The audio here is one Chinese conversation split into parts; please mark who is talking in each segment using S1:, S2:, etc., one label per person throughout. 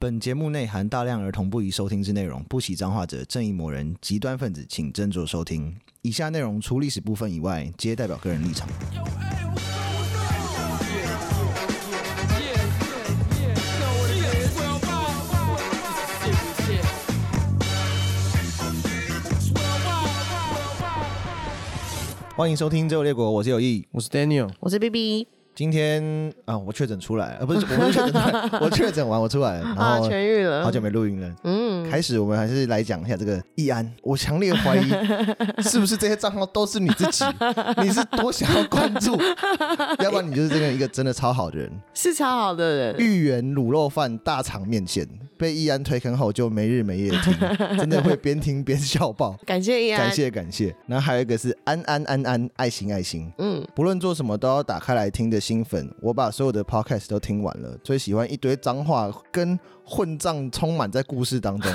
S1: 本节目内含大量儿童不宜收听之内容，不喜脏话者、正义魔人、极端分子，请斟酌收听。以下内容除历史部分以外，皆代表个人立场。欢迎收听《周游列国》，我是有意。
S2: 我是 Daniel，
S3: 我是 B B
S1: 今天啊，我确诊出来，呃，不是，我不是确诊出来，我确诊完我出来了，然
S3: 啊，
S1: 后
S3: 痊愈了，
S1: 好久没录音了。
S3: 嗯，
S1: 开始，我们还是来讲一下这个易安。我强烈怀疑，是不是这些账号都是你自己？你是多想要关注，要不然你就是真的一个真的超好的人。
S3: 是超好的人，
S1: 豫园卤肉饭大肠面线被易安推坑后，就没日没夜地听，真的会边听边笑爆。
S3: 感谢依安，
S1: 感谢感谢。然后还有一个是安安安安爱心爱心，
S3: 嗯，
S1: 不论做什么都要打开来听的新粉，我把所有的 podcast 都听完了，最喜欢一堆脏话跟混账充满在故事 当中，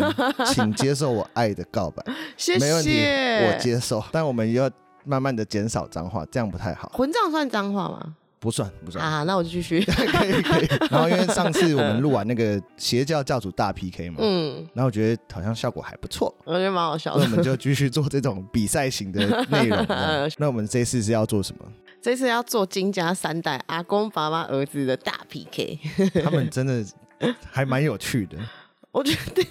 S1: 请接受我爱的告白，
S3: 谢
S1: 没问题，
S3: 谢。
S1: 我接受，但我们要慢慢的减少脏话，这样不太好，
S3: 混账算脏话吗？
S1: 不算不算。
S3: 啊，那我就继续，
S1: 可以可以，然后因为上次我们录完那个邪教教主大 PK 嘛，
S3: 嗯，
S1: 然后我觉得好像效果还不错，
S3: 我觉得蛮好笑
S1: 那我
S3: 的。
S1: 们就继续做这种比赛型的内容 这
S3: 呃
S1: 样。那我们这一次是要做什么？
S3: 这次要做金家三代阿公、爸妈、儿子的大 PK，
S1: 他们真的还蛮有趣的，
S3: 我觉得对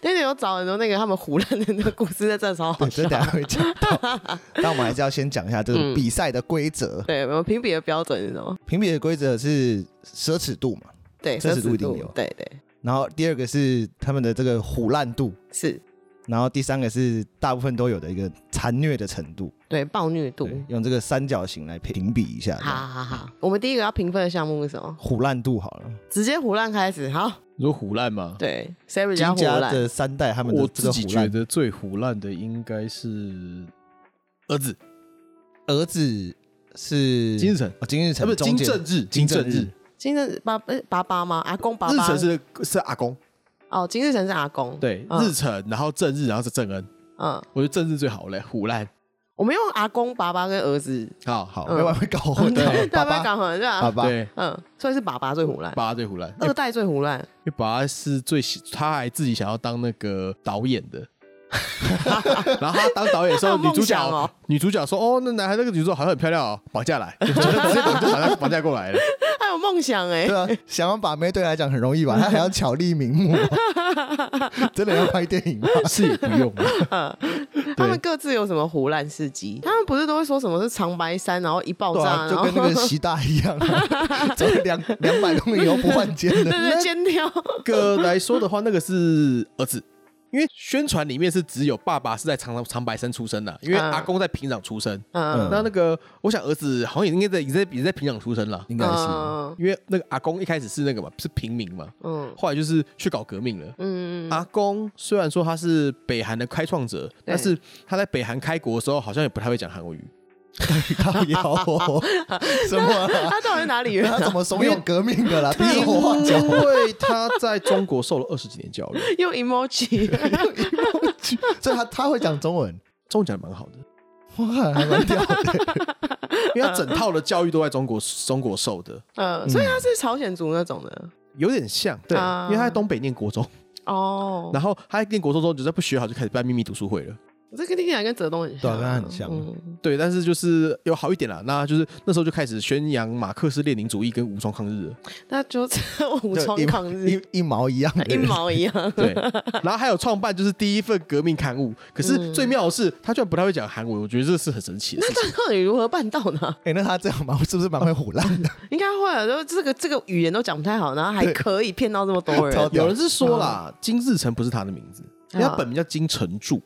S3: 对对，我找很多那个他们胡乱的那个故事，那真的超好
S1: 对，啊这。
S3: 笑
S1: 等一下会讲到。 但我们还是要先讲一下这
S3: 嗯
S1: 个比赛的规则。
S3: 对，我们评比的标准是什么？
S1: 评比的规则是奢侈度嘛，
S3: 对，
S1: 这
S3: 奢
S1: 尺度
S3: 侈
S1: 一定
S3: 度
S1: 有，
S3: 对对
S1: 然后第二个是他们的这个虎烂度，
S3: 是，
S1: 然后第三个是大部分都有的一个残虐的程度。
S3: 对暴虐度
S1: 对。，用这个三角形来评比一下。这
S3: 好
S1: 样
S3: 好好好，我们第一个要评分的项目是什么？
S1: 虎烂度好了，
S3: 直接胡乱开始。好，
S2: 你说胡烂吗？
S3: 对，谁比
S1: 金
S3: 较胡
S1: 家
S3: 乱？
S1: 的三代他们的
S2: 我
S1: 这
S2: 自
S1: 个
S2: 己
S1: 虎
S2: 觉
S1: 烂，
S2: 得最胡烂的应该是儿子
S1: 儿子是
S2: 金日成，
S1: 哦，金日
S2: 啊，
S1: 成
S2: 不是
S1: 中
S2: 金
S1: 间
S2: 正日，
S1: 金正
S2: 正
S1: 日，
S3: 金日爸呃爸爸吗？阿公爸
S2: 日
S3: 爸。
S2: 成是是阿公，
S3: 哦，金日成是阿公。
S2: 对，
S3: 嗯
S2: 日成，然后正日，然后是正恩，
S3: 嗯，
S2: 我觉得正日最好嘞，胡烂，
S3: 我们用阿公、爸爸跟儿子，
S2: 好好
S3: 嗯
S1: 要，不然会搞混
S2: 对
S1: 的。
S3: 大
S1: 爸
S3: 家
S1: 爸，
S3: 搞混是
S1: 爸
S3: 吧？
S1: 爸，
S2: 对，
S3: 嗯，所以是爸爸最胡乱，
S2: 爸爸最胡烂，因
S3: 二
S2: 为
S3: 代最胡乱。
S2: 因为爸爸是最喜，他还自己想要当那个导演的。 然后他当导演的时候，
S3: 他有
S2: 女主角、
S3: 梦想哦
S2: 女主角说：“哦，那男孩那个女主角好像很漂亮哦，绑架来， 就直接绑架绑架过来了。”
S3: 他有梦想哎
S1: 对，啊，想要把妹对他来讲很容易 吧？他还要巧立名目哦，真的要拍电影吗？
S2: 是也不用啊了，
S3: 嗯他们各自有什么胡乱事迹？他们不是都会说什么是长白山，然后一爆
S1: 对
S3: 炸，
S1: 啊，
S3: 然
S1: 就
S3: 后
S1: 跟 那个习大一样啊，走了两两百公里以后不换肩
S3: 对
S1: 的。
S3: 对尖掉，
S2: 个来说的话，那个是儿子，因为宣传里面是只有爸爸是在长长白山出生的，因为
S3: 嗯
S2: 阿公在平壤出生。
S3: 嗯
S2: 那那个，我想儿子好像也应该在也在也在平壤出生了，
S1: 应
S3: 嗯
S2: 因为那个阿公一开始是那个嘛，是平民嘛，
S3: 嗯
S2: 后来就是去搞革命了。
S3: 嗯，
S1: 啊
S2: 阿公虽然说他是北韩的开创者，但是他在北韩开国的时候好像也不太会讲韩国语，
S1: 靠腰哦，什么 啊？
S3: 他到底哪里人
S1: 他
S3: 啊？
S1: 怎么怂恿革命的啦？比手画脚
S2: 因为他在中国受了二十几年教育，
S3: 用 emoji，
S1: 所以他他会讲中 文，
S2: 中文讲的蛮好的。
S1: 哇，还蛮屌的。
S2: 因为他整套的教育都在中国中国受的，
S3: 嗯，所以他是朝鲜族那种的
S2: 有点像对，啊
S3: 啊
S2: 因为他在东北念国中，
S3: 哦。
S2: 然后他在念国中之后，就在不学好就开始办秘密读书会了。
S3: 这个听起来跟泽东很像，
S1: 对啊跟他很像
S3: 嗯，
S2: 对，但是就是有好一点啦，那就是那时候就开始宣扬马克思列宁主义跟武装抗日 了，
S3: 那就是武装抗 日
S1: 一一毛一样的
S3: 一
S1: 人，
S3: 毛一样。
S2: 对，然后还有创办就是第一份革命刊物。可是最妙的是，他居然不太会讲韩文，我觉得这是很神奇的事
S3: 那
S2: 情。
S3: 他到底如何办到呢？
S1: 哎，那他这样蛮是不是蛮会唬烂 的？
S3: 应该会啊，就这个这个语言都讲不太好，然后还
S1: 对
S3: 可以骗到这么多
S1: 超
S3: 人
S1: 屌
S2: 有人是说啦，啊金日成不是他的名字，因为他本名叫金成柱。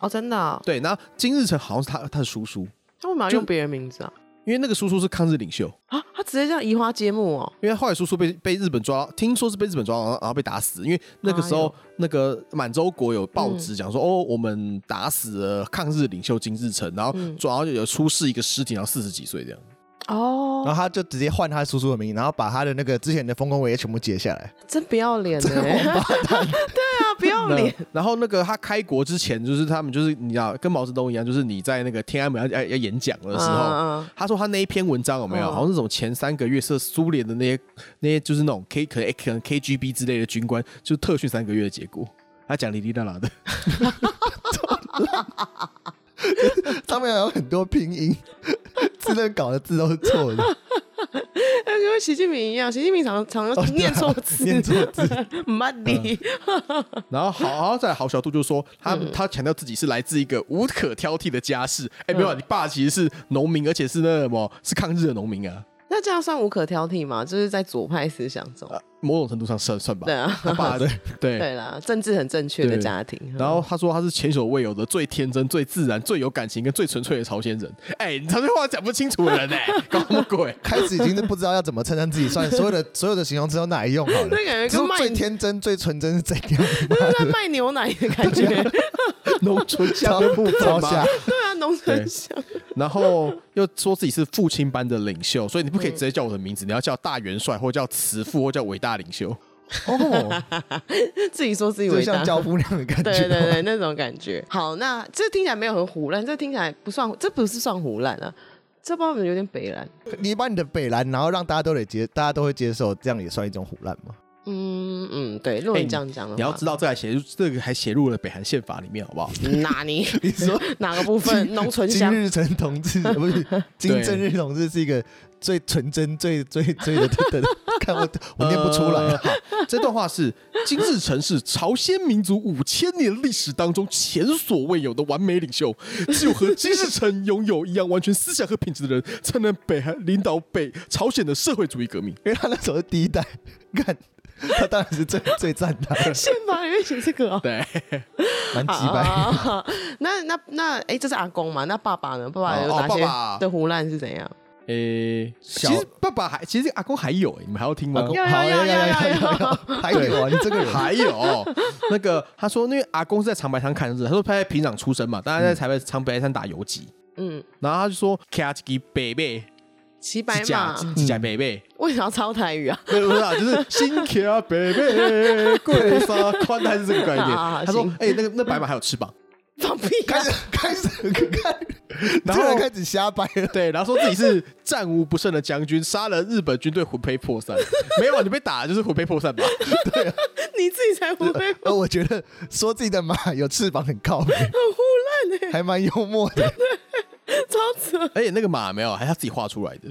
S3: 哦，真的啊？
S2: 对，然后金日成好像是他他的叔叔，
S3: 他为什么要
S2: 就
S3: 用别人名字啊？
S2: 因为那个叔叔是抗日领袖。
S3: 啊，他直接这样移花接木哦。
S2: 因为后来叔叔被被日本抓，听说是被日本抓，然后然后被打死。因为那个时候，那个满洲国有报纸讲说，哦，我们打死了抗日领袖金日成，然后抓然后有出示一个尸体，然后四十几岁这样。
S3: 哦，
S1: 然后他就直接换他叔叔的名，字，然后把他的那个之前的丰功伟业全部截下来。
S3: 真不要脸呢、 对啊，不要
S2: 那
S3: 脸，
S2: 然后那个他开国之前，就是他们就是你知道，跟毛泽东一样，就是你在那个天安门要要要演讲的时候，
S3: 嗯嗯
S2: 他说他那一篇文章有没有，
S3: 嗯
S2: 好像是什么前三个月是苏联的那些那些就是那种 K 可能可能 KGB 之类的军官，就是特训三个月的结果。他讲哩哩啦啦的，
S1: 上面还有很多拼音， 字那搞的字都是错 的，
S3: 那就跟习近平一样，习近平常常
S1: 哦对啊
S3: 念错字，
S1: 念错字。 嗯
S3: money，
S2: 然后好，然后再来郝小度就说他、
S3: 嗯
S2: 他强调自己是来自一个无可挑剔的家世，哎、没有啊、
S3: 嗯
S2: 你爸其实是农民，而且是那什么是抗日的农民啊，
S3: 那这样算无可挑剔吗？就是在左派思想中，
S2: 呃某种程度上算算吧
S3: 对，啊，
S2: 他爸对对
S3: 对啦，政治很正确的
S2: 对
S3: 家庭，
S2: 然后他说他是前所未有的最天真、最自然、最有感情跟最纯粹的朝鲜人。哎、你朝鲜话讲不清楚的人 哎、搞什么鬼？
S1: 开始已经是不知道要怎么称赞自己，算所有的所有的形容词都拿来用好了。
S3: 那感觉
S1: 只
S3: 跟
S1: 是
S3: 卖
S1: 最天真、最纯真是怎样？
S3: 就是在卖牛奶的感觉，
S1: 啊
S3: 对
S2: 农村
S1: 超超下，
S3: 啊，农村乡，
S2: 然后又说自己是父亲般的领袖，所以你
S3: 嗯
S2: 不可以直接叫我的名字，你要叫大元帅，或叫慈父，或叫伟大领袖。
S1: 哦，
S3: 自己说自己
S1: 就
S3: 伟大
S1: 像。教父那样的感觉。
S3: 对对对，那种感觉。好，那这听起来没有很胡乱，这听起来不算，这不是算胡乱啊，这帮我们有点北蓝。
S1: 你把你的北蓝，然后让大家都得接，大家都会接受，这样也算一种胡乱吗？
S3: 嗯嗯，对，如果你这样讲的话，
S2: 你要知道这还写入这个还写入了北韩宪法里面，好不好？
S3: 哪里
S1: 你说
S3: 哪个部分农村
S1: 金
S3: 乡
S1: 日成同 志不是金正日同志是一个最纯真、最最最的 的，看我我念不出来
S2: 呃。 好这段话是金日成是朝鲜民族五千年历史当中前所未有的完美领袖，只有和金日成拥有一样完全思想和品质的人，才能北韩领导北朝鲜的社会主义革命。
S1: 因为他那时候是第一代，看他当然是最最赞他，
S3: 宪法里面写这个哦。
S2: 对，
S1: 蛮鸡掰。
S3: 啊， 那那那，哎，这是阿公嘛？那爸爸呢？爸爸有
S2: 哦哦
S3: 哪些
S2: 爸爸
S3: 的胡乱是怎样？
S2: 诶、
S1: 小
S2: 其实爸爸还，其实阿公还有、诶你们还要听吗？
S1: 阿公
S3: 要
S1: 好要
S3: 要要
S1: 要
S3: 要
S1: 要
S3: 要
S1: 要，还有啊，你这个人
S2: 还有哦那个，他说，因为阿公是在长白山看日，他说他在平壤出生嘛，大家在长白长白山打游击，
S3: 嗯，
S2: 然后他就说，卡吉北北，
S3: 骑白
S2: 几
S3: 马
S2: 甲，几甲北北，
S3: 为什么要抄台语啊？
S2: 没有不是 啊，就是新卡啊，北北贵沙宽，还是这个概念。
S3: 好好
S2: 他说
S3: 啊行：“
S2: 哎、那个那白马还有翅膀。
S3: 放屁啊！
S1: 开始开始看，
S2: 然
S1: 这
S2: 后
S1: 个人开始瞎掰了”。
S2: 对，然后说自己是战无不胜的将军，杀了日本军队魂飞魄散。没有，啊，你被打就是魂飞魄散吧？
S3: 你自己才不会
S1: 呃，我觉得说自己的马有翅膀很靠谱，
S3: 很胡乱呢，
S1: 还蛮幽默的。
S3: 超扯。
S2: 而且哎那个马没有，还是他自己画出来的。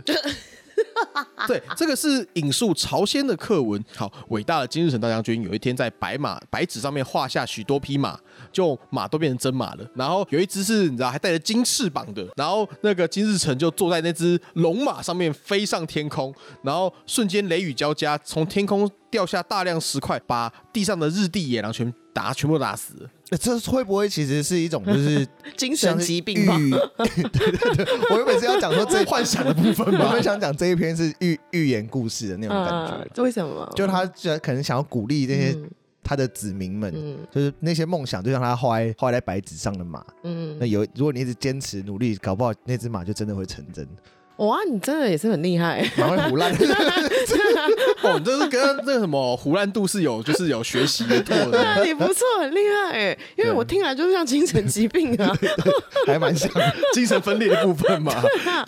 S2: 对，这个是引述朝鲜的课文。好，伟大的金日成大将军有一天在白马白纸上面画下许多匹马，就马都变成真马了。然后有一只是你知道还带着金翅膀的，然后那个金日成就坐在那只龙马上面飞上天空，然后瞬间雷雨交加，从天空掉下大量石块，把地上的日地野狼全打全部打死了。
S1: 呃 这会不会其实是一种就是
S3: 精神
S1: 像是
S3: 疾病吧？
S1: 预 对对对，我原本是要讲说 这
S2: 这幻想的部分
S1: 我
S2: 吧
S1: 们。想讲这一篇是寓寓言故事的那种感觉，
S3: 啊，为什么？
S1: 就他
S2: 哦
S1: 这可能想要鼓励这些、
S3: 嗯
S1: 他的子民们，
S3: 嗯
S1: 就是那些梦想，就像他画在画在白纸上的马。
S3: 嗯
S1: 那，有，如果你一直坚持努力，搞不好那只马就真的会成真，
S3: 哇，你真的也是很厉害。
S1: 马会腐烂。
S2: 哦，你这是跟那个什么胡乱度是有就是有学习的过
S3: 对
S2: 的。
S3: 啊，你不错，很厉害哎，因为我
S1: 啊
S3: 听来就是像精神疾病 啊，
S1: 还蛮像的，
S2: 精神分裂的部分嘛。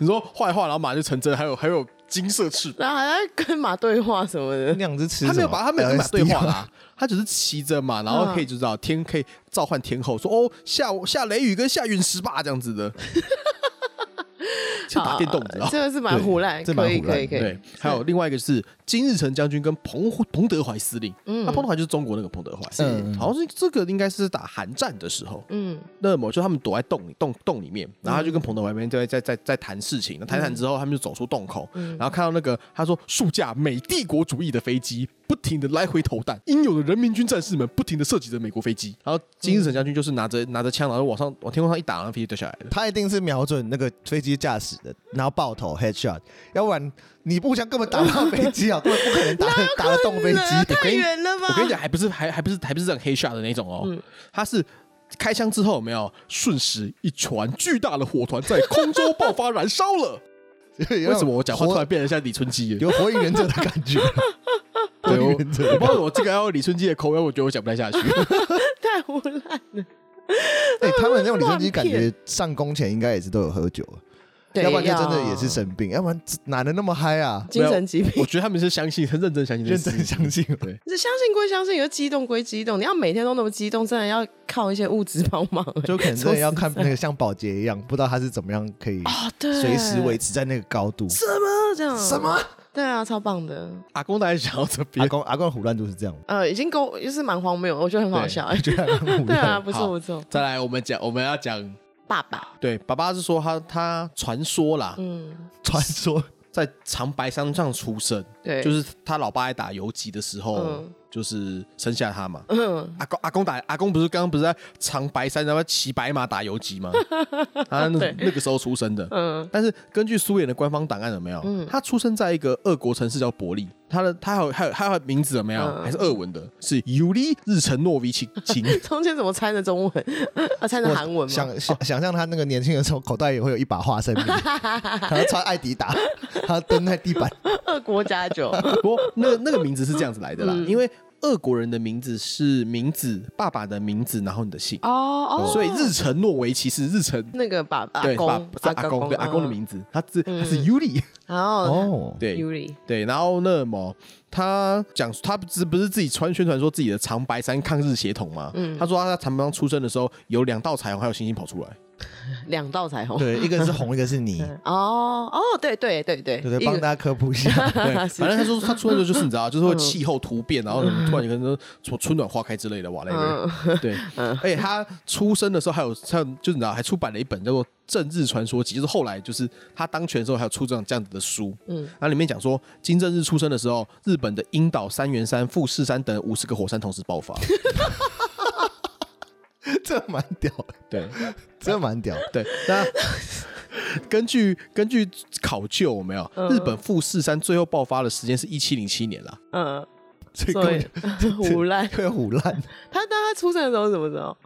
S2: 你说坏话，然后马上就成真，还有还有金色翅膀。
S3: 然后还在跟马对话什么的
S1: 那，两只吃呃
S2: 他没有把他没有跟马对话
S1: 了，
S2: 啦，他只是骑着马，然后可以知道天可以召唤天后，说哦下下雷雨跟下陨石吧这样子的，就打电动你知道
S3: 啊。这个是蛮胡乱，
S1: 哦对这蛮
S3: 可以
S1: 胡乱
S3: 可以可以
S2: 对，还有另外一个是金日成将军跟彭彭德怀司令，那彭德怀就是中国那个彭德怀，
S1: 嗯
S2: 好像是这个应该是打韩战的时候，
S3: 嗯
S2: 那么就他们躲在洞里洞洞里面，然后他就跟彭德怀那边在在在在谈事情，那谈
S3: 嗯
S2: 谈之后，他们就走出洞口，然后看到那个他说数架美帝国主义的飞机不停的来回投弹，英勇的人民军战士们不停的射击着美国飞机，然后金日成将军就是拿着
S3: 嗯
S2: 拿着枪，然后往上往天空上一打，然后飞机掉下来了。
S1: 他一定是瞄准那个飞机驾驶的，然后爆头 headshot，要不然你步枪根本打不到飞机啊， 根本不可能打得打得动飞
S3: 那
S1: 机。
S3: 太远了吧？嗯
S2: 我跟你讲，还不是还还不是还不是这种黑 shot 的那种哦，他是。开枪 之后有没有瞬时一团巨大的火团在空中爆发燃烧了？
S1: 为
S3: 哎
S2: 为什么我讲话突然变得像李春基了？
S1: 有火影忍者的感 觉？
S2: 对，我
S1: 火
S2: 我 不
S1: 影忍
S2: 知
S1: 者
S2: 道我这个要李春基的口吻，我觉得我讲不 太下去。
S3: 太胡乱了。
S1: 哎、他们那种李春基感
S3: 乱
S1: 觉上工前应该也是都有喝酒，
S3: 对
S1: 要不然就真的也是生病，要不然哪能那么嗨 啊？
S3: 精神疾病。
S2: 我觉得他们是相信， 很认真相信这
S1: 认
S2: 件事情，
S1: 真相信 了，
S2: 对，
S3: 这相信归相信，有激动归激动，你要每天都那么激动，真的要靠一些物质帮忙、欸。
S1: 就可能真的要看那个像保洁一样，不知道他是怎么样可 以
S3: 哦，对，
S1: 随时维持在那个高度。
S3: 什么这样？
S1: 什？么？
S3: 对啊，超棒的。
S2: 阿公大概想到这
S1: 阿
S2: 边。
S1: 公阿公的胡乱度是这样，
S3: 呃，已经够，就是蛮荒谬，我觉得很好笑、欸。
S1: 觉得阿公胡
S3: 对
S1: 乱
S3: 啊，不错
S2: 好
S3: 不错。
S2: 再来，我们讲，我们要讲，
S3: 爸爸，
S2: 对，爸爸是说他他传说啦，
S3: 嗯，
S1: 传说
S2: 在长白山上出生，
S3: 对，
S2: 就是他老爸在打游击的时候，
S3: 嗯
S2: 就是生下他嘛。
S3: 嗯，
S2: 阿公阿公打阿公不是刚刚不是在长白山然后骑白马打游 击吗？他那
S3: 对
S2: 那个时候出生的，
S3: 嗯，
S2: 但是根据苏联的官方档案有没有？他出生在一个俄国城市叫伯利，他的他还有还有还有名字有没有？
S3: 嗯
S2: 还是俄文的，是尤里日程诺维奇 琴。
S3: 中间怎么掺着中文 啊？掺着韩文吗？
S1: 想想想象他那个年轻的时候，口袋也会有一把花生 米，他要穿艾迪达，他要蹲在地板，
S3: 二国 家酒，
S2: 不过那那个名字是这样子来的啦，
S3: 嗯
S2: 因为俄国人的名字是名字爸爸的名字，然后你的姓，
S3: 哦哦，
S2: 嗯所以日程诺维奇是日程。
S3: 那个爸爸
S2: 对，
S3: 公
S2: 爸是阿公，嗯对阿公的，名字，他是他是尤里，
S3: 嗯然后
S1: 哦，
S2: 对，
S3: Yuri，
S2: 对，然后那么他讲他不是不是自己传宣传说自己的长白山抗日血统吗？嗯他说他在长白山出生的时候有两道彩虹，还有星星跑出 来。
S3: 两道彩虹，
S1: 哦对，一个是红，一个是 泥，
S3: 哦哦，对对对对，
S1: 对对，
S3: 一
S1: 帮
S3: 个
S1: 大家科普一下。
S2: 对，反正他说他出生的时候就是你知道，就是会气候突变，然后什么突然有个人什么春暖花开之类的哇嘞。
S3: 嗯
S2: 对，而且他出生的时候还有像就是你知道还出版了一本叫做《正日传说集》，就是后来就是他当权的时候还有出这样这样子的书。嗯，然后里面讲说金正日出生的时候，日本的樱岛、三原山、富士山等五十个火山同时 爆发。
S1: 这蛮屌的，
S2: 对。
S1: 这蛮屌的。
S2: 对，那根据根据考究，有没有日本富士山最后爆发的时间是一七零七年啦。
S3: 嗯，
S1: 这
S3: 所以 胡乱。
S1: 会虎烂，
S3: 他当他出生的时候是什么时候？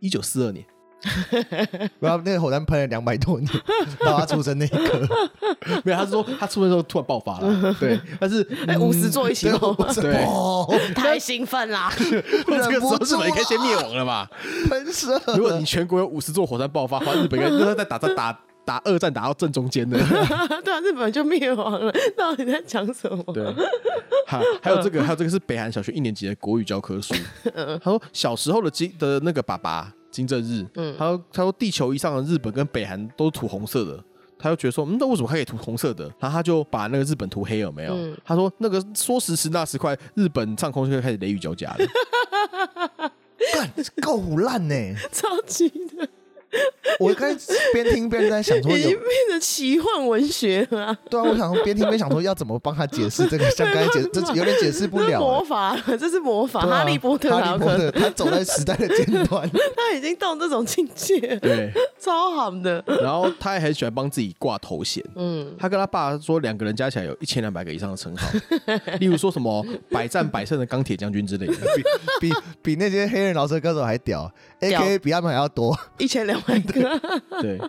S2: 一九四二年，
S1: 然后那个火山喷了两百多 年，到他出生那一刻，
S2: 没有，他是说他出生的时候突然爆发了，对，但是
S3: 哎，五十座一起
S1: 对，
S3: 哦，
S1: 我 是
S2: 对
S1: 砰
S3: 太兴奋啦！
S2: 这个时
S1: 忍不
S2: 候日
S1: 住
S2: 本应该
S1: 了，
S2: 先灭亡了吧？
S1: 喷射了。
S2: 如果你全国有五十座火山爆发，话日本应该那在打在打打二战打到正中间的，
S3: 对啊，日本就灭亡了，到底在讲什么？
S2: 对，还还有这个，还有这个是北韩小学一年级的国语教科书。他说小时候的金的那个爸爸金正日，他说他说地球仪上的日本跟北韩都是涂红色的。他就觉得说，嗯，那为什么他可以涂红色的？然后他就把那个日本涂黑，有没有？他说那个说时迟那时快，日本上空就开始雷雨交加了。
S1: 干够虎烂呢！
S3: 超级的，
S1: 我刚才边听边在想说
S3: 已经
S1: 有，
S3: 变成奇幻文学了啊，
S1: 对啊，我想说边听边想说要怎么帮他解释这个，像刚才解 这有点解释不
S3: 这是
S1: 了
S3: 魔
S1: 欸。
S3: 法，这是魔法，
S1: 对啊
S3: 哈利波特哪
S1: 哈
S3: 有
S1: 利波
S3: 可能
S1: 特，？他走在时代的尖 端，
S3: 他已经到这种境界了，
S2: 对，
S3: 超好 的。
S2: 然后他也很喜欢帮自己挂头衔。
S3: 嗯，
S2: 他跟他爸说，两个人加起来有一千两百个以上的称 号，例如说什么百战百胜的钢铁将军之类的。
S1: 比比比那些黑人饶舌歌手还屌，A
S3: 屌
S1: K A 比他们还要多。
S3: 一千两百个啊，
S2: 对，对。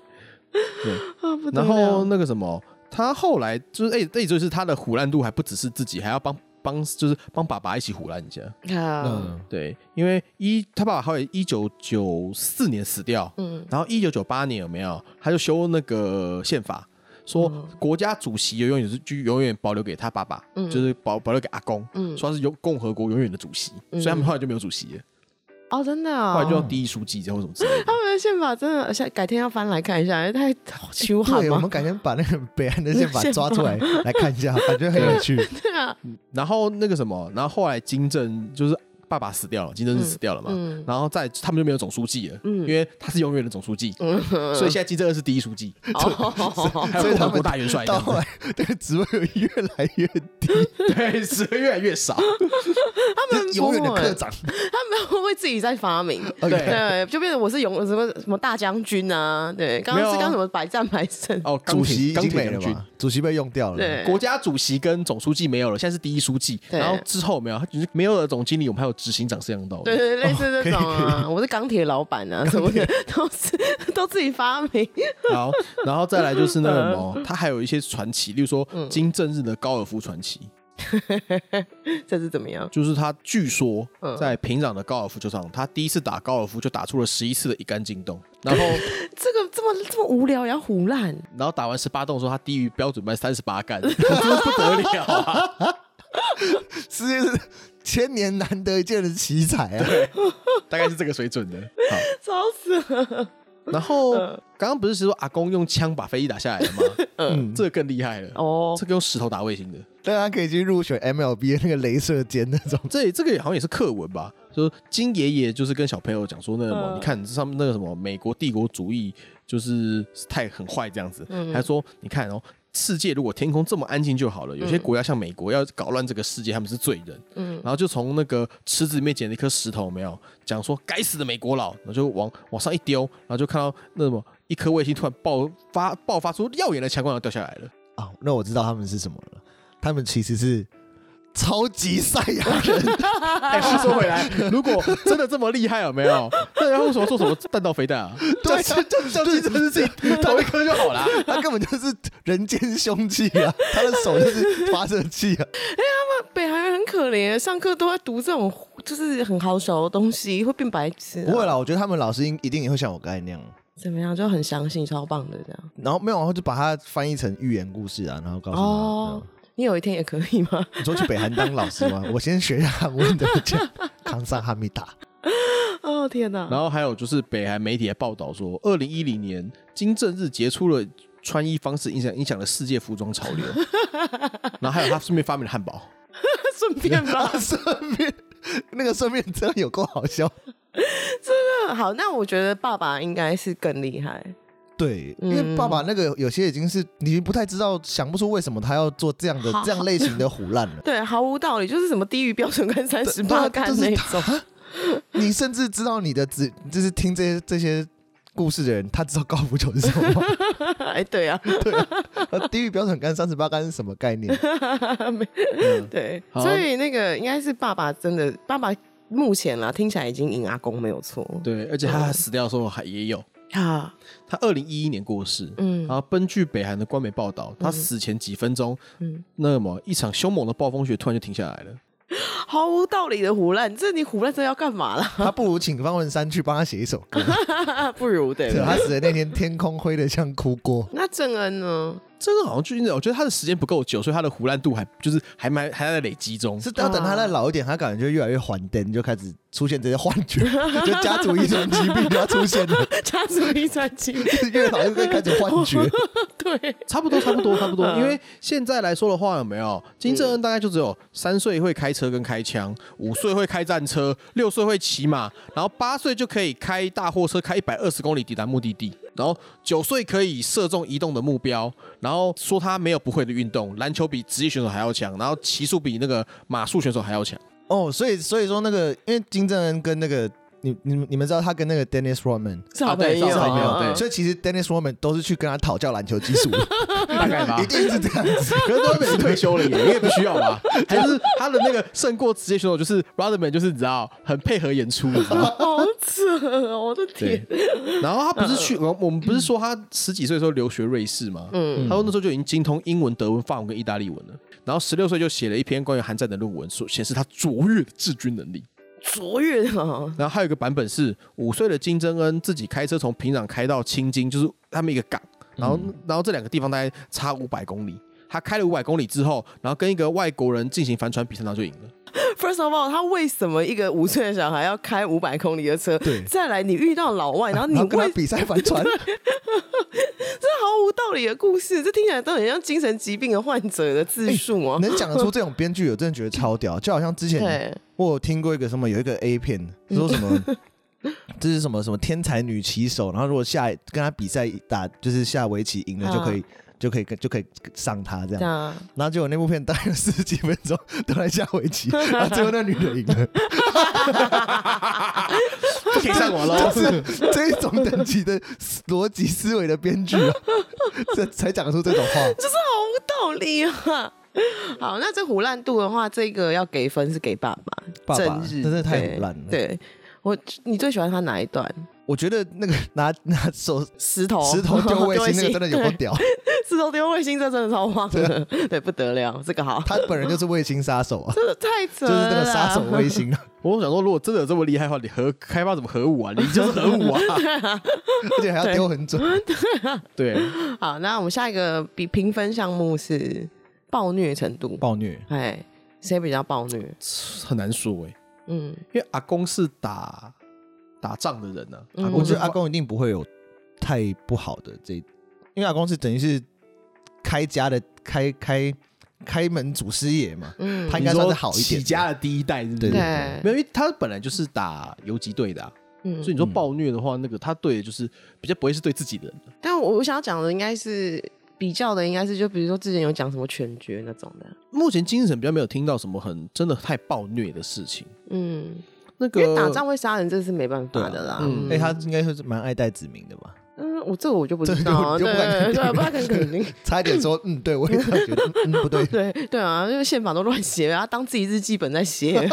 S3: 不得
S2: 然后
S3: 了。
S2: 那个什么，他后来就是哎，这、也就是他的胡乱度还不只是自己，还要帮帮就是帮爸爸一起胡乱一下。
S1: 嗯
S3: 啊，
S2: 对，因为一他爸爸后来一九九四年死掉，
S3: 嗯
S2: 然后一九九八年有没有他就修那个宪法。说
S3: 嗯
S2: 国家主席永远是就永远保留给他爸爸，就是保保留给阿公，
S3: 嗯
S2: 说他是永共和国永远的主席，所以他们后来就没有主席了，
S3: 哦，真的
S2: 后
S3: 啊
S2: 来就，叫第一书记，然后什么之类的。
S3: 他们的宪法真的，下改天要翻来看一下，因为太羞悍
S1: 对，我
S3: 吗
S1: 们？改天把那个北岸的宪法抓出来来看一下，感觉很有趣。
S3: 对 啊，
S2: 然后那个什么，然后后来金正就是爸爸死掉了，金正日死掉了嘛，
S3: 嗯
S2: 然后再他们就没有总书记了，因为他是永远的总书记，所以现在金正恩是第一书记，
S3: 嗯 哦，
S2: 还有
S1: 所以
S2: 共
S1: 他
S2: 和
S1: 们
S2: 国大元帅这
S1: 到
S2: 样
S1: 后
S2: 子，
S1: 来，这个职位越来越低，
S2: 对，是越来越少，
S3: 他们欸
S1: 永远的哦
S3: 不会
S1: 科长，
S3: 他们会会自己在 发明。
S2: 对
S3: 对，就变成我是勇什么什么大将军啊，对，刚刚
S2: 没有
S3: 是
S2: 啊
S3: 刚什么百战百胜，
S2: 哦，钢
S1: 主
S2: 铁
S1: 席已
S2: 钢
S1: 经
S2: 铁
S1: 没了
S2: 将军
S1: 嘛，主席被用掉了。
S3: 对，
S2: 国家主席跟总书记没有了，现在是第一书记，
S3: 对
S2: 然后之后没有，他只是没有了总经理，我们还有执行长这样到的。
S3: 对对，类似这种
S1: 哦
S3: 啊，我是钢铁老板啊，什么的都是都自己发明，
S2: 好，然后再来就是那个什
S3: 嗯
S2: 么，他还有一些传奇，例如说金正日的高尔夫传奇，
S3: 这是怎么样？
S2: 就是他据说
S3: 嗯
S2: 在平壤的高尔夫球场，他第一次打高尔夫就打出了十一次的一杆进洞， 然后
S3: 这个这么这么无聊，也要胡乱，
S2: 然后打完十八洞的时候，他低于标准班三十八杆，真 是不得了啊！
S1: 世界是千年难得一见的奇才啊！
S2: 大概是这个水准的。好，
S3: 吵死了！
S2: 然后
S3: 嗯
S2: 刚刚不是说阿公用枪把飞机打下来了吗？ 嗯，这个更厉害了
S3: 哦
S2: 这个用石头打卫星的，
S1: 大家可以去入选 MLB 那个镭射尖那 种。
S2: 这这个好像也是课文吧？说金爷爷就是跟小朋友讲说那个什么，
S3: 嗯
S2: 你看这上面那个什么美国帝国主义就是太很坏这样子，
S3: 嗯
S2: 还说你看哦。世界如果天空这么安静就好了，有些
S3: 嗯
S2: 国家像美国要搞乱这个世界，他们是罪人。嗯，然后就从那个池子里面捡了一颗石头，有没有讲说该死的美国佬，然后就往往上一丢，然后就看到那什么一颗卫星突然爆发爆发出耀眼的强光，然后掉下来了。
S1: 啊，那我知道他们是什么了。他们其实是超级赛亚人，啊
S2: 哎，话说回来，如果真的这么厉害，有没有？那他为什么做什么弹道飞弹啊？
S1: 对
S2: 就就就
S1: 就是
S2: 就就是自己投一颗就好啦。
S1: 他根本就是人间凶器 啊！他的手就是发射器啊！
S3: 北韩人很可怜，上课都在读这种就是很好小的东西，会变白痴、 啊
S1: 不会，啦，我觉得他们老师应一定也会像我刚才那样，
S3: 怎么样就很相信，超棒的这样。
S1: 然后没有，然后就把它翻译成寓言故事啊，然后告诉他。
S3: 哦
S1: 哦、，
S3: 你有一天也可以吗？
S1: 你说去北韩当老师吗？我先学一下韩文的，这样康桑哈密 达。
S3: 哦天哪！
S2: 然后还有就是北韩媒体还报道说，二零一零年金正日杰出了穿衣方式，影响影响了世界服装潮流。然后还有他顺便发明了汉堡。
S3: 顺便吧，
S1: 啊顺便，那个顺便真的有够好笑。
S3: 好，那我觉得爸爸应该是更厉害，
S1: 对，因为爸
S3: 嗯
S1: 爸那个有些已经是你不太知道，想不出为什么他要做这样的
S3: 好
S1: 这样类型的虎烂了。
S3: 对，毫无道理，就是什么低于标准跟三 十
S1: 对啊
S3: 八干
S1: 就是
S3: 那
S1: 他
S3: 种，
S1: 你甚至知道你的子，就是听这些这些故事的人，他知道高尔夫球是什么吗？
S3: 哎，对啊，
S1: 呃地狱标准杆、三十八杆是什么概念？
S3: 对，
S2: 嗯好
S3: 所以那个应该是爸爸真的，爸爸目前啦听起来已经赢阿公没有错，
S2: 对，而且他死掉的时候还也有。
S3: 啊，
S2: 他二零一一年过世，
S3: 嗯
S2: 然后根据北韩的官媒报道，他死前几分钟，
S3: 嗯
S2: 那么一场凶猛的暴风雪突然就停下来了。
S3: 毫无道理的胡乱，这你胡乱这要干嘛啦？
S1: 他不如请方文山去帮他写一首歌。
S3: 不如对
S1: 对
S2: 啊
S3: 吧？
S1: 他死的那天，天空灰的像哭锅。
S3: 那正恩呢？
S2: 这个好像就是，我觉得他的时间不够久，所以他的胡乱度还就是还蛮还在累积中。
S1: 是要等他再老一
S3: 啊
S1: 点，他感觉就越来越缓灯，就开始出现这些幻 觉，就家族遗传疾病要出现了，
S3: 家族遗传基因，
S1: 越老就会开始幻 觉。
S3: 对，
S2: 差不多， 差不多，差不多。因为现在来说的话，有没有金正恩大概就只有三岁会开车跟开枪，五岁会开战车，六岁会骑马，然后八岁就可以开大货车，开一百二十公里抵达目的地，然后九岁可以射中移动的目标，然后说他没有不会的运动，篮球比职业选手还要强，然后骑术比那个马术选手还要强。
S1: 哦，所以所以说那个，因为金正恩跟那个你你们你们知道他跟那个 Dennis Rodman
S3: 是好
S2: 啊
S3: 朋
S2: 对
S3: 友，
S2: 是好朋友
S3: 嗯
S2: 对
S1: 所以其实 Dennis Rodman 都是去跟他讨教篮球技 术的，
S2: 大概吧
S3: 啊
S1: 一定是这样子。
S2: 可是都已经退休了耶，你也不需要吧？还是他的那个胜过职业选手，就是 Rodman，就是你知道很配合演出，你知道吗？
S3: 好扯哦，我的天
S2: 对，，然后他不是去，我我们不是说他十几岁的时候留学瑞士吗？嗯，他说那时候就已经精通英文、德文、法文跟意大利文了。然后十六岁就写了一篇关于韩战的论文，所显示他卓越的治军能力。
S3: 卓越哦，
S2: 然后还有一个版本是五岁的金正恩自己开车从平壤开到青津，就是他们一个港，然后、然后这两个地方大概差五百公里。他开了五百公里之后，然后跟一个外国人进行帆船比赛，然后就赢 了。
S3: First of all，他为什么一个五岁的小孩要开五百公里的车？
S1: 对
S3: 再来你遇到老外，然后你
S1: 然后跟他
S3: 为
S1: 比赛帆 船，
S3: 这毫无道理的故事，这听起来都很像精神疾病的患者的自述
S2: 哎
S3: 哦。
S1: 能讲得出这种编剧，我真的觉得超屌。就好像之前
S3: 对，
S1: 我有听过一个什么，有一个 A 片说什么。 这是什么什么天才女棋手，然后如果下跟他比赛打，就是下围棋赢了就可以、就可以就可以上他嗯这样
S3: 这。样啊
S1: 然后结果那部片大概有四十几分钟都在下围棋，然后最后那女的赢了，
S2: 不可以上网喽
S1: 就。是这一种等级的思逻辑思维的编剧啊， 这才讲得出这种话。
S3: 就是好无道理啊。好，那这胡烂度的话，这个要给分是给爸爸，
S1: 爸爸
S3: 正日
S1: 真的太
S3: 对
S1: 胡烂了
S3: 对我，你最喜欢他哪一段？
S1: 我觉得那个拿拿手
S3: 石头，
S1: 石头 哦丢卫星那
S3: 对
S1: 个真的有够 屌，
S3: 石头丢卫星，这真的超棒的， 对，不得了，这个好，
S1: 他本人就是卫星杀手啊，
S3: 真的太扯
S1: 就
S3: 了
S1: 是
S3: 啦，
S1: 那个杀手卫 星啊，
S2: 我想说，如果真的有这么厉害的话，你核开发怎么核武啊？你就是核武 啊！
S1: 而且还要丢很准。
S2: 对，
S3: 好，那我们下一个比评分项目是暴虐程度，
S1: 暴虐，
S3: 哎，谁比较暴虐？
S2: 很难说哎、
S3: 嗯，
S2: 因为阿公是打打仗的人呢、
S3: 嗯
S2: 阿公
S1: 我
S2: 是
S1: 觉得阿公一定不会有太不好的这，因为阿公是等于是开家的开开开门祖师爷嘛，
S3: 嗯
S1: 他应
S2: 你
S1: 该算是
S2: 说
S1: 好一点的
S2: 起家的第一代，是不
S1: 对
S2: 是？
S1: 对
S2: 没
S3: 对，
S2: 有，因为他本来就是打游击队的啊、
S3: 嗯
S2: 所以你说暴虐的话，那个他对的就是比较不会是对自己的人，啊
S3: 但我我想要讲的应该是比较的，应该是就比如说之前有讲什么拳决那种的，
S2: 目前精神比较没有听到什么很真的太暴虐的事情。
S3: 嗯，
S2: 那
S3: 因
S2: 个
S3: 为打仗会杀人，这是没办法的啦。
S2: 对啊嗯
S1: 哎，他应该是蛮爱戴子民的吧？
S3: 嗯，我这个我就不
S1: 这
S3: 知
S1: 个
S3: 道啊，
S1: 就
S3: 对
S1: 不敢肯定
S3: 对，不敢肯定，，
S1: 差一点 说，嗯，对我也这样觉 得，嗯，嗯不对
S3: 对对啊，因为宪法都乱写，然后当自己日记本 在写，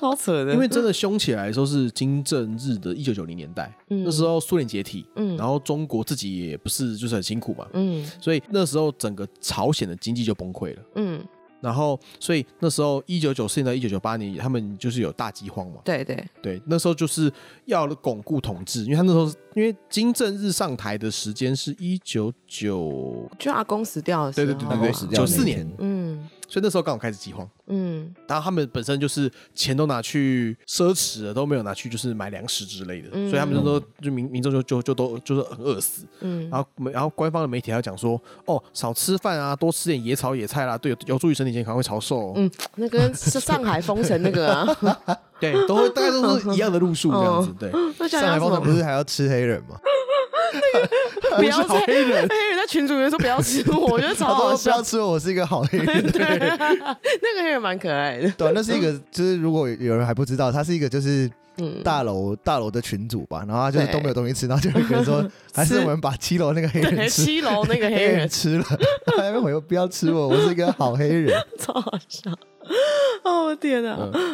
S3: 超扯的。
S2: 因为真的凶起来的时候是金正日的一九九零年代，
S3: 嗯
S2: 那时候苏联解体，
S3: 嗯
S2: 然后中国自己也不是就是很辛苦嘛，
S3: 嗯
S2: 所以那时候整个朝鲜的经济就崩溃了。
S3: 嗯，
S2: 然后，所以那时候一九九四年到一九九八年，他们就是有大饥荒嘛。
S3: 对对，
S2: 对，那时候就是要巩固统治，因为他那时候是因为金正日上台的时间是一九九，
S3: 就阿公死掉的时
S2: 对
S3: 候，啊
S2: 对对
S1: 阿
S2: 对
S1: 公
S2: 对，
S1: 死掉
S2: 九
S1: 的那
S2: 四
S1: 一
S2: 年
S1: 天，
S3: 嗯
S2: 所以那时候刚好开始饥荒。
S3: 嗯
S2: 然后他们本身就是钱都拿去奢侈了，都没有拿去就是买粮食之类的，
S3: 嗯
S2: 所以他们那时候就民民众就就就都就是很饿死。
S3: 嗯
S2: 然后媒然后官方的媒体还要讲说，哦，少吃饭啊，多吃点野草野菜啦，对，有有助于身体健康，会长寿、哦。
S3: 嗯，那跟上上海封城那个啊，
S2: 对，都会大概都是一样的路数这样
S3: 哦
S2: 子。对，
S3: 那想
S1: 上海
S3: 想
S1: 方
S3: 什
S1: 程不
S3: 么？
S1: 是还要吃黑人吗？
S3: 不要
S2: 我是好
S3: 再
S2: 黑人 哦
S3: 黑人在群主里面说不要吃我，我觉得超
S1: 他
S3: 好
S1: 说不
S3: 笑
S1: 要。吃我，我是一个好黑人。
S3: 那个黑人蛮可爱 的，
S1: 对啊，那是一个，就是如果有人还不知道，他是一个就是
S3: 嗯，
S1: 大楼大楼的群主吧，然后他就是
S3: 对
S1: 都没有东西吃，然后就有一个人说， 还是我们把七楼那个黑
S3: 对，
S1: 人吃。
S3: 七楼那个黑
S1: 黑人
S3: 人
S1: 吃了，他在那边回我不要吃我，我是一个好黑人。
S3: 超好笑。哦我天哪，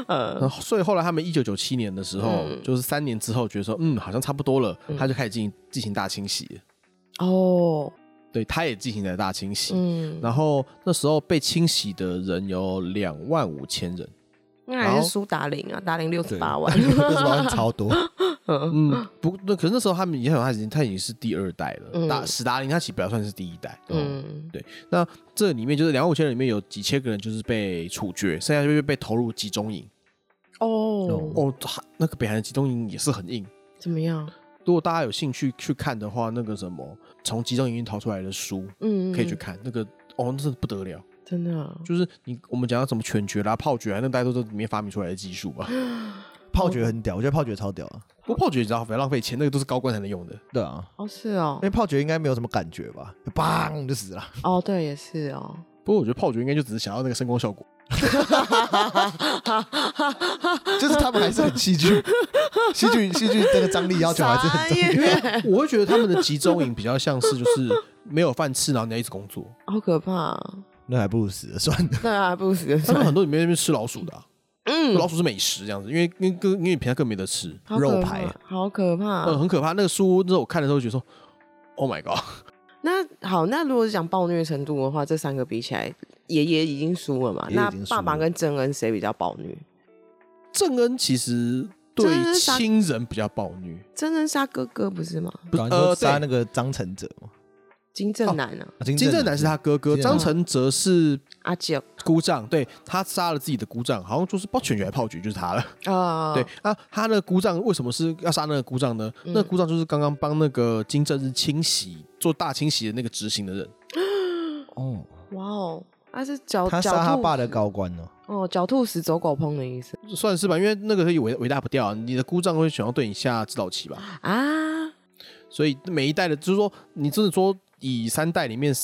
S3: 呃，
S2: 然后所以后来他们一九九七年的时候，就是三年之后，觉得说，嗯，好像差不多了，他就开始进行进行大清洗了。
S3: 哦，
S2: 对，他也进行了大清洗。
S3: 嗯，
S2: 然后那时候被清洗的人有两万五千人，
S3: 那还是苏打林啊，打林六十八万，
S1: 六十八万超多，
S2: 嗯，不，那可是那时候他们已经他已经他已经是第二代了，
S3: 嗯
S2: 达史达林他其实不要算是第一代，嗯，
S3: 嗯
S2: 对，那这里面就是两万五千人里面有几千个人就是被处决，剩下就是被投入集中营。
S3: 哦，
S2: 哦，他那个北韩的集中营也是很硬，
S3: 怎么样？
S2: 如果大家有兴趣去看的话，那个什么从集中营逃出来的书
S3: 嗯，
S2: 可以去看，那个哦，那是不得了，
S3: 真的啊，
S2: 就是你我们讲到什么拳决啦、炮决啊，那大家都是里面发明出来的技术 吧。
S1: 炮决很屌，我觉得炮决超屌啊。
S2: 不过炮决你知道，不要浪费钱，那个都是高官才能用的。
S1: 对啊，
S3: 哦是哦
S1: 因，为炮决应该没有什么感觉吧，就砰就死了。
S3: 哦对也是哦，
S2: 不过我觉得炮决应该就只是想要那个声光效 果，
S1: 就是他们还是很戏剧，戏剧戏剧这个张力要求还是很重
S3: 傻眼
S2: 因为我会觉得他们的集中营比较像是就是没有饭吃，然后你要一直工 作。
S3: 好可怕啊，
S1: 那还不如死了算了。
S3: 对啊，不死
S2: 他们很多里面那边吃老鼠的啊、
S3: 嗯，
S2: 老鼠是美食这样子，因为跟跟因为平常更没得吃，
S3: 好可
S1: 肉
S3: 怕
S1: 排
S3: 好可怕
S2: 嗯，。很可怕。那个书那时候我看的时候觉得说，Oh my god，
S3: 那好，那如果是讲暴虐程度的话，这三个比起来，爷爷已经输了嘛？
S1: 爷爷
S3: 那
S1: 已经输
S3: 爸
S1: 了
S3: 爸跟正恩谁比较暴虐？
S2: 郑恩其实对亲人比较暴虐，
S3: 正恩杀哥哥不是吗？
S2: 不是
S1: 搞完之后
S2: 呃
S1: 啊杀那
S2: 对，
S1: 个张成哲嘛，
S3: 金正男啊，
S1: 啊金
S2: 金正
S1: 男
S2: 男是他哥哥，
S1: 金正
S2: 张
S1: 男
S2: 承哲是
S3: 阿九
S2: 姑丈，对他杀了自己的姑丈，好像就是抱拳还炮局就是他了。
S3: 啊，
S2: 对，啊，他那个姑丈为什么是要杀那个姑丈呢？那个姑丈就是刚刚帮那个金正日清洗做大清洗的那个执行的人，
S1: 哦，
S3: 哇哦，他是狡
S1: 他
S3: 狡
S1: 杀他
S3: 兔
S1: 爸的
S3: 死
S1: 高官哦，
S3: 哦，狡兔死走狗烹的意思
S2: 算是吧，因为那个是伟伟大不掉、啊，你的姑丈会想要对你下指导棋吧。
S3: 啊，
S2: 所以每一代的，就是说，你真的说以三代里面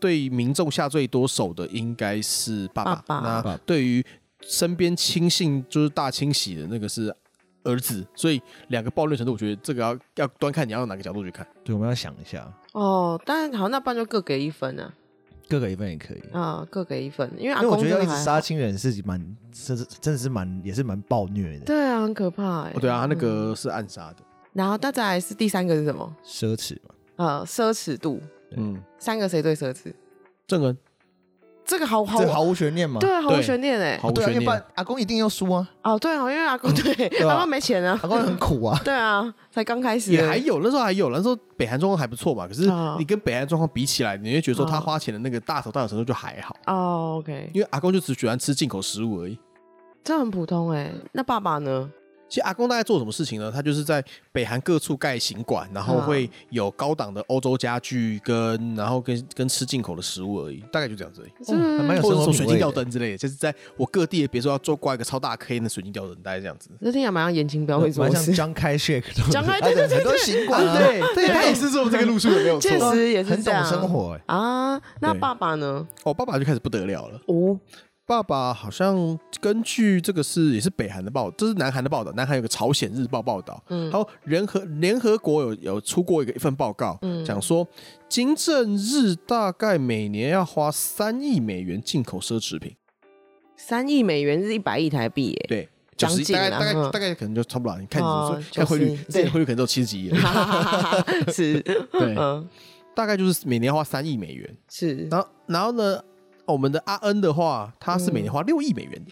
S2: 对民众下最多手的应该是爸爸，
S3: 爸爸
S1: 爸
S2: 那
S1: 爸
S2: 对于身边亲信就是大清洗的那个是儿子，所以两个暴虐程度，我觉得这个要要端看你要用哪个角度去看。
S4: 对，我们要想一下，
S3: 哦，但好，那不然就各给一分啊，
S4: 各个一份也可以。
S3: 啊，各给一分，因为阿
S4: 因为我
S3: 公
S4: 觉得
S3: 真
S4: 要
S3: 的
S4: 一直
S3: 还
S4: 杀
S3: 好
S4: 亲人是蛮，真是真的是蛮，也是蛮暴虐的，
S3: 对啊，很可怕、欸。
S2: 哦，对啊，他那
S3: 嗯
S2: 个是暗杀的，
S3: 然后那再来是第三个是什么？
S4: 奢侈嘛。
S3: 呃，奢侈度，
S2: 嗯，
S3: 三个谁最奢侈？
S2: 正恩
S3: 这个好好
S1: 这，毫无悬念嘛。
S3: 对啊，毫无
S2: 对
S3: 悬念哎、
S2: 毫无
S1: 对啊，
S2: 悬
S1: 要不
S2: 念
S1: 然，阿公一定要输啊，
S3: 哦，对啊，因为阿公对
S1: 啊
S3: 阿公没钱啊，。
S1: 阿公很苦啊
S3: 对啊，才刚开始
S2: 也
S3: 而已，
S2: 还有那时候还有那时候北韩状况还不错嘛，可是
S3: 啊
S2: 你跟北韩状况比起来，你会觉得说他
S3: 啊
S2: 花钱的那个大手大脚程度就还好，
S3: 哦，OK，
S2: 因为阿公就只喜欢吃进口食物而已。
S3: 这很普通哎、那爸爸呢？
S2: 其实阿公大概做什么事情呢？他就是在北韩各处盖行馆，然后
S3: 啊
S2: 会有高档的欧洲家具跟然后跟跟吃进口的食物而已，大概就这样子而已。
S3: 这
S4: 还蛮有
S2: 或者
S4: 生活
S2: 说
S4: 品
S2: 水
S4: 味
S2: 晶吊
S4: 的
S2: 灯之类的，就是在我各地的别说要做挂一个超大 K 的水晶吊灯，大概这样子。
S3: 这听起来蛮像言情标会做
S4: 蛮
S3: 的
S4: 像
S3: 事，
S4: 张开 shake 这种
S3: 张开
S1: 他
S3: 对对
S1: 的
S3: 对
S1: 很多
S3: 对，
S1: 行管啊，对，
S2: 对他也是走这个路数的，没有
S3: 确实也是
S4: 很
S3: 这
S4: 懂
S3: 样
S4: 生活
S1: 欸
S4: 哎。
S3: 啊。那
S2: 对
S3: 爸爸呢？
S2: 哦，爸爸就开始不得了了。
S3: 哦，
S2: 爸爸好像根据这个是也是北韩的报，这是南韩的报道，南韩有个朝鲜日报报道，
S3: 嗯
S2: 然后联合联合国有有出过一个一份报告，
S3: 嗯
S2: 讲说金正日大概每年要花三亿美元进口奢侈品，
S3: 三亿美元是一百亿台币欸耶、
S2: 对。九
S3: 将
S2: 十
S3: 近
S2: 大概
S3: 啦
S2: 大概
S3: 嗯
S2: 大概可能就差不多了，你看你怎么说
S3: 哦，
S2: 看汇率
S3: 90，
S2: 这
S3: 对
S2: 汇率可能只有七十几亿 而已，
S3: 哈哈哈哈 是，
S2: 对
S3: 嗯，
S2: 大概就是每年要花三亿美元。
S3: 是，
S2: 然后然后呢，我们的阿恩的话，他是每年花六亿美元的，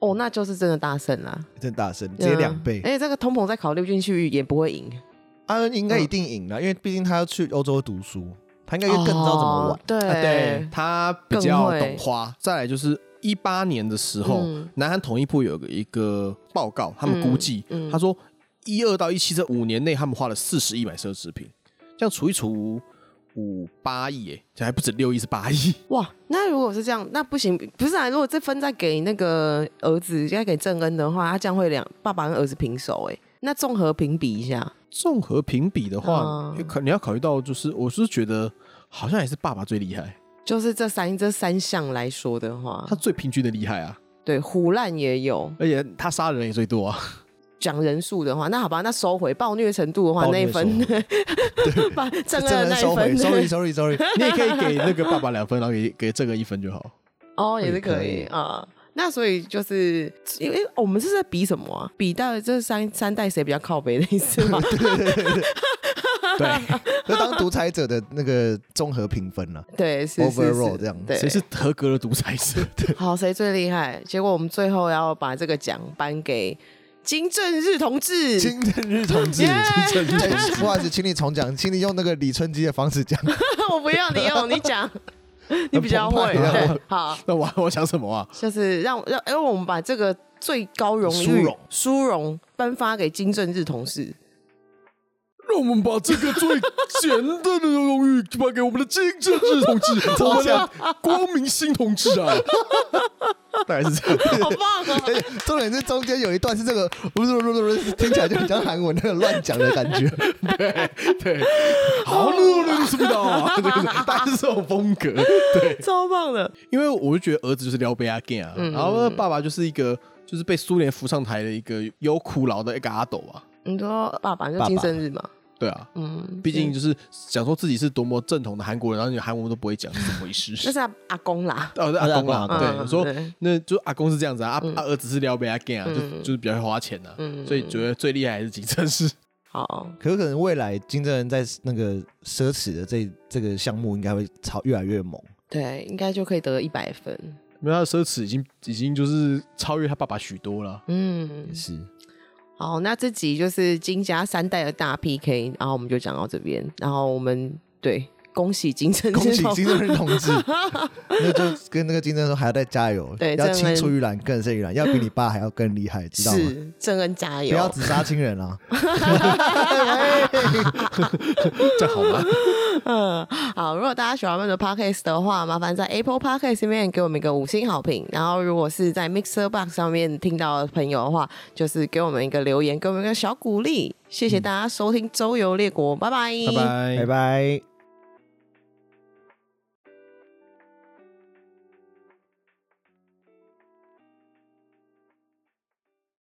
S3: 哦，那就是真的大胜啦，
S4: 真大声，直接两倍
S3: 嗯。而且这个通膨再考虑进去也不会赢，
S1: 阿恩应
S3: 嗯
S1: 该一定赢了，因为毕竟他要去欧洲读书，他应该就更知道怎么玩
S3: 哦。对、
S2: 啊对他比较
S3: 更会
S2: 懂花。再来就是一八年的时候，
S3: 嗯
S2: 南韩统一部有个一个报告，他们
S3: 嗯
S2: 估计、
S3: 嗯
S2: 他说一二到一七这五年内，他们花了四十亿买奢侈品，这样除一除五八亿，哎，这还不止六亿是八亿。
S3: 哇，那如果是这样，那不行，不是啊？如果这分再给那个儿子，再给正恩的话，他这样会两爸爸跟儿子平手哎、那综合评比一下，
S2: 综合评比的话，
S3: 嗯
S2: 你考、你要考虑到，就是我是觉得好像还是爸爸最厉害，
S3: 就是这三这三项来说的话
S2: 他，最平均的厉害啊，
S3: 对胡烂也有
S2: 而且他杀人也最多啊。
S3: 讲人数的话，那好吧，那收回暴虐程度的话
S4: 暴
S3: 那
S4: 虐
S3: 一 分，把正恩的那
S1: 收
S3: 一
S1: 回
S3: 分
S1: ，sorry sorry sorry，
S2: 你也可以给那个爸爸两分，然后给给这个一分就好。
S3: 哦，也是可
S4: 可
S3: 以
S4: 以
S3: 啊。那所以就是，因为哦我们是在比什么啊？比到底这三三代谁比较靠北的意思吗？
S2: 对，
S1: 就当独裁者的那个综合评分 了。
S3: 对，是是是
S1: Overall 这样
S3: 对，
S2: 谁是合格的独裁者？ 对，
S3: 好，谁最厉害？结果我们最后要把这个奖颁给金正日同志。
S1: 金正日同志，
S3: 耶
S1: 金 正日同哎志，不好意思，请你重讲，请你用那个李春基的方式 讲。
S3: 我不要你用，你讲，你比较
S1: 澎
S3: 会。
S1: 湃啊
S3: 对，好，
S2: 那我我想什么啊？
S3: 就是让让，因为我们把这个最高荣誉
S2: 殊荣
S3: 殊荣颁发给金正日同事。
S2: 让我们把这个最简单的荣誉颁给我们的金正日同志， 我们的光明新同志啊！ 大概是这样。
S3: 好棒哦！
S1: 重点是中间有一段是这个， 听起来就很像韩文那个乱讲的感觉。
S2: 对，好努力是不是啊？ 对对对大概是这种风格。对，
S3: 超棒的，
S2: 因为我就觉得儿子就是撩贝阿 gay 啊，
S3: 嗯
S2: 然后爸爸就是一个就是被苏联扶上台的一个有苦劳的一个阿斗啊。
S3: 你说爸爸就
S1: 爸爸
S3: 金正日嘛？
S2: 对啊，
S3: 嗯，
S2: 毕竟就是讲说自己是多么正统的韩国人，然后你韩文都不会讲，是怎么回 事？
S3: 那是他阿公啦。
S2: 哦，那
S4: 啊
S2: 阿公
S4: 阿
S2: 啦，
S4: 公
S3: 阿公
S2: 对，
S3: 嗯
S2: 我说
S3: 对
S2: 那就阿公是这样子啊，
S3: 嗯
S2: 阿阿儿子是撩被阿 gay 啊，就
S3: 嗯
S2: 就是比较会花钱呐，
S3: 嗯
S2: 所以觉得最厉害还是金正日。
S3: 好，
S1: 可有可能未来金正恩在那个奢侈的这这个项目应该会超越来越猛。
S3: 对，应该就可以得一百分。
S2: 因为他的奢侈已经已经就是超越他爸爸许多 了。
S3: 嗯，
S1: 是，
S3: 好，那这集就是金家三代的大 PK，然后我们就讲到这边，然后我们对恭喜金正日
S1: 恭喜
S3: 同
S1: 金正恩同 志，那就跟那个金正恩说还要再加油，
S3: 对
S1: 要
S3: 正
S1: 青
S3: 恩
S1: 出于蓝更胜于蓝，要比你爸还要更厉害，知道吗？
S3: 是正恩加
S1: 不
S3: 油，
S1: 要只杀亲人 啊！
S2: 这样好吗？
S3: 嗯， 好，如果大家喜欢我们的 podcast 的话，麻烦在 Apple Podcast 里面给我们一个五星好评。然后，如果是在 Mixer Box 上面听到的朋友的话，就是给我们一个留
S1: 嗯
S3: 言，给我们一个小鼓励。谢谢大家收听《周游列国》，拜拜，
S2: 拜
S1: 拜。
S2: 拜
S1: 拜。